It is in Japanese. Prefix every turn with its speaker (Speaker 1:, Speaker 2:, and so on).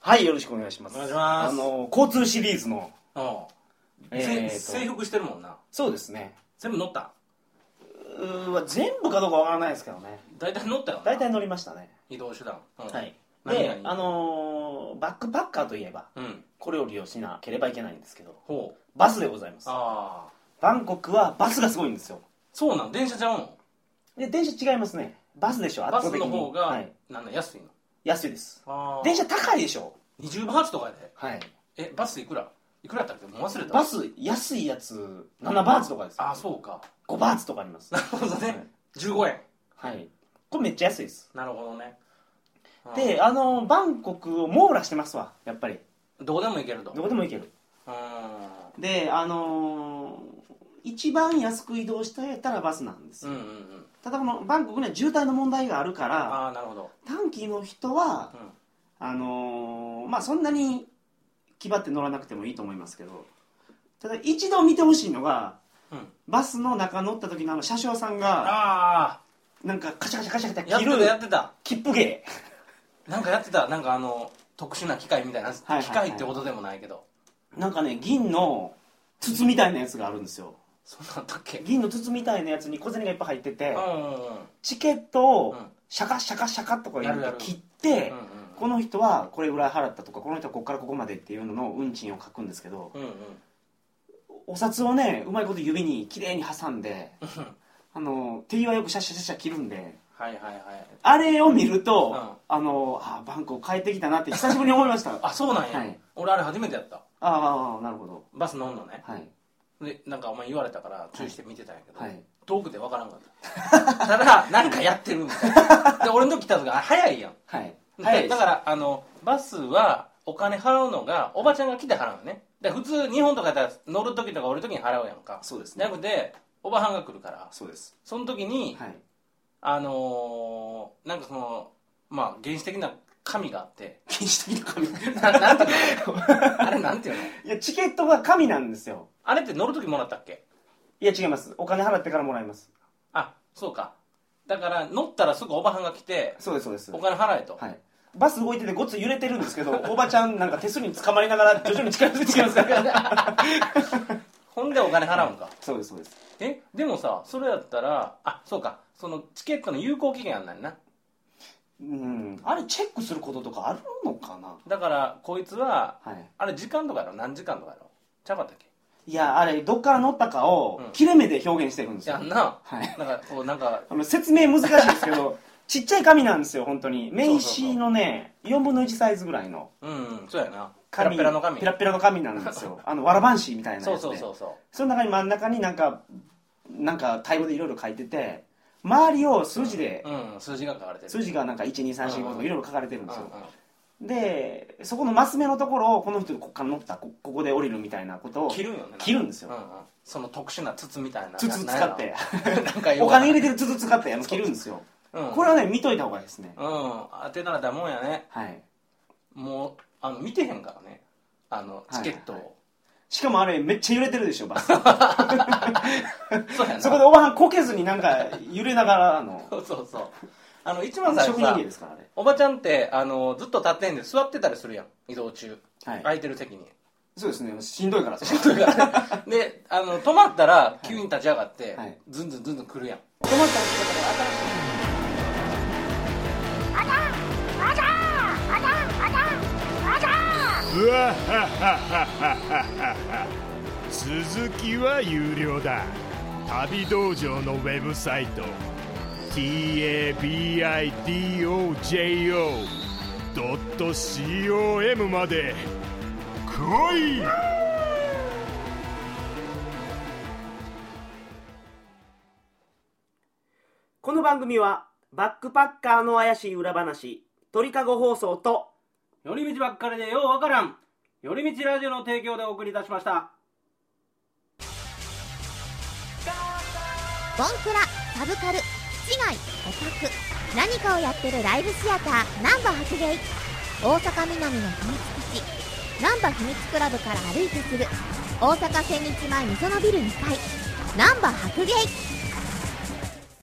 Speaker 1: はいよろしくお願いします
Speaker 2: お願いします
Speaker 1: あの交通シリーズの
Speaker 2: うん
Speaker 1: えー
Speaker 2: せ
Speaker 1: と
Speaker 2: 制服してるもんな
Speaker 1: そうですね
Speaker 2: 全部乗った
Speaker 1: うー全部かどうかわからないですけどね
Speaker 2: 大体乗ったよな
Speaker 1: 大体乗りましたね
Speaker 2: 移動手段、うん
Speaker 1: はい
Speaker 2: 何
Speaker 1: で
Speaker 2: 々
Speaker 1: あのーバックパッカーといえば
Speaker 2: うん
Speaker 1: これを利用しなければいけないんですけど
Speaker 2: ほう
Speaker 1: バスでございます
Speaker 2: ああ
Speaker 1: バンコクはバスがすごいんですよ
Speaker 2: そうなん電車ちゃうの
Speaker 1: で電車違いますねバスでしょ圧
Speaker 2: バ
Speaker 1: 倒
Speaker 2: ス
Speaker 1: 的に
Speaker 2: の方が、
Speaker 1: はい、
Speaker 2: なんだ安いの
Speaker 1: 安いです
Speaker 2: あー
Speaker 1: 電車高いでしょ
Speaker 2: 20バーツとかやで
Speaker 1: はい
Speaker 2: えバスいくらいくらやったっけもう忘れた
Speaker 1: バス安いやつ7バーツとかですよ
Speaker 2: ああそうか
Speaker 1: 5バーツとかあります
Speaker 2: なるほどね、15円
Speaker 1: はいこれめっちゃ安いです
Speaker 2: なるほどねうん
Speaker 1: であのバンコクを網羅してますわやっぱり
Speaker 2: どこでも行けると
Speaker 1: どこでも行ける
Speaker 2: うん
Speaker 1: であのー一番安く移動したやったらバスなんです
Speaker 2: う
Speaker 1: よ、
Speaker 2: んうんうん
Speaker 1: ただこのバンコクには渋滞の問題があるから
Speaker 2: ああなるほど
Speaker 1: 短期の人は
Speaker 2: うん
Speaker 1: あのーまあそんなに気張って乗らなくてもいいと思いますけどただ一度見てほしいのが
Speaker 2: うん
Speaker 1: バスの中乗った時のあの車掌さんが
Speaker 2: あ
Speaker 1: なんかカシャカシャカシャカ
Speaker 2: あ
Speaker 1: シャ切
Speaker 2: やってたや
Speaker 1: る
Speaker 2: ってた
Speaker 1: 切符芸
Speaker 2: なんかやってたなんかあの特殊な機械みたいな、
Speaker 1: いはいはい
Speaker 2: 機械ってことでもないけど
Speaker 1: なんかね銀の筒みたいなやつがあるんですよ
Speaker 2: そんなんあったっけ
Speaker 1: 銀の筒みたいなやつに小銭がいっぱい入ってて
Speaker 2: うんうんうん
Speaker 1: チケットを
Speaker 2: うん
Speaker 1: シャカシャカシャカとかや
Speaker 2: やるや
Speaker 1: っ
Speaker 2: る
Speaker 1: て切って
Speaker 2: うん
Speaker 1: この人はこれぐらい払ったとかこの人はここからここまでっていうのの運賃を書くんですけど
Speaker 2: うんうん
Speaker 1: お札をねうまいこと指にきれいに挟んで
Speaker 2: うん
Speaker 1: あの手際よくシャシャシャシャ切るんで
Speaker 2: はいはいはい
Speaker 1: あれを見ると、
Speaker 2: うん
Speaker 1: あのあバンコク帰ってきたなって久しぶりに思いました あ
Speaker 2: あそうなんや、
Speaker 1: はい
Speaker 2: 俺あれ初めてやった
Speaker 1: あなるほど
Speaker 2: バス乗んのね
Speaker 1: はい
Speaker 2: でなんかお前言われたから注意して見てたんやけど、
Speaker 1: はい
Speaker 2: 遠くでわからんかったただなんかやってるみたいなで俺の時来た時あ早いやん
Speaker 1: はい
Speaker 2: でだからあのバスはお金払うのがおばちゃんが来て払うのねで普通日本とかやったら乗る時とか降りる時に払うやんか
Speaker 1: そうです
Speaker 2: じゃ
Speaker 1: ね
Speaker 2: なくておばはんが来るから
Speaker 1: そうです
Speaker 2: その時に、
Speaker 1: はい
Speaker 2: あのーなんかそのまあ原始的な神があって
Speaker 1: 禁止 的な紙い
Speaker 2: ななんていうのあれなんていうの
Speaker 1: やチケットが紙なんですよ
Speaker 2: あれって乗る時もらったっけ
Speaker 1: いや違いますお金払ってからもらいます
Speaker 2: あそうかだから乗ったらすぐおばはんが来て
Speaker 1: そうですそうです
Speaker 2: お金払えと、
Speaker 1: はいバス動いててごつ揺れてるんですけどおばちゃんなんか手すりに捕まりながら徐々に近づいてきますから
Speaker 2: ほんでお金払うんか、
Speaker 1: そうですそうです
Speaker 2: えでもさそれやったらあそうかそのチケットの有効期限あんないな
Speaker 1: うんあれチェックすることとかあるのかな
Speaker 2: だからこいつは
Speaker 1: はい
Speaker 2: あれ時間とかやろ何時間とかやろちゃうかったっけ
Speaker 1: いやあれどっから乗ったかを
Speaker 2: うん
Speaker 1: 切れ目で表現してるんですよ、
Speaker 2: やんな
Speaker 1: はい
Speaker 2: なんかこうなんか
Speaker 1: あの説明難しいですけど ちっちゃい紙なんですよ本当に名刺のね4分の1サイズぐらいの
Speaker 2: うん、うん、そうやなペラ
Speaker 1: 紙
Speaker 2: ペラの紙
Speaker 1: ペラペラの紙なんです よあのわらばんしみたいなやつで
Speaker 2: そうそうそうそう
Speaker 1: その中に真ん中になんかなんかタイ語でいろいろ書いてて周りを数字で、
Speaker 2: うん、数字が書かれてる。
Speaker 1: 数字がなんか12345とかいろいろ書かれてるんですよ、
Speaker 2: うんうん
Speaker 1: でそこのマス目のところをこの人ここから乗ったこここで降りるみたいなことを
Speaker 2: 切るんよね。
Speaker 1: 切るんです
Speaker 2: う
Speaker 1: よ、
Speaker 2: んうん。その特殊な筒みたいな。
Speaker 1: 筒使って
Speaker 2: なんやろ。なんか よ
Speaker 1: お
Speaker 2: く
Speaker 1: 金入れてる筒使ってあの切るんですよ、
Speaker 2: うん。
Speaker 1: これはね見といた方がいいですね、
Speaker 2: うん。当てならだもんやね。
Speaker 1: はい
Speaker 2: もう、あの、見てへんからね。あの、
Speaker 1: い
Speaker 2: チケットを。
Speaker 1: しかもあれめっちゃ揺れてるでしょバ ス
Speaker 2: そうやな。
Speaker 1: そこでおばはんこけずになんか揺れながらあ の
Speaker 2: そうそうそう。あの、一番最
Speaker 1: 職
Speaker 2: 初
Speaker 1: 人
Speaker 2: さ
Speaker 1: 芸、ですからあれ
Speaker 2: おばちゃんって、あの、ずっと立ってんで座ってたりするやん。移動中。
Speaker 1: はい、
Speaker 2: 空いてる席に。
Speaker 1: そうですねしんどい からそれ
Speaker 2: で、あの、止まったら急に立ち上がって
Speaker 1: はい、
Speaker 2: ずんずんずんずん来るやん。
Speaker 1: 止まったんですよだから新しい
Speaker 3: うわははははは続きは有料だ旅道場のウェブサイト tabidojo.com まで来い
Speaker 4: この番組はバックパッカーの怪しい裏話鳥かご放送と
Speaker 5: 寄り道ばっかりでようわからん寄り道ラジオの提供でお送りいたしました
Speaker 6: ボンクラサブカル市街オタク何かをやってるライブシアター難波発芸大阪南の秘密基地難波秘密クラブから歩いてすぐ大阪千日前みそのビル2階難波白芸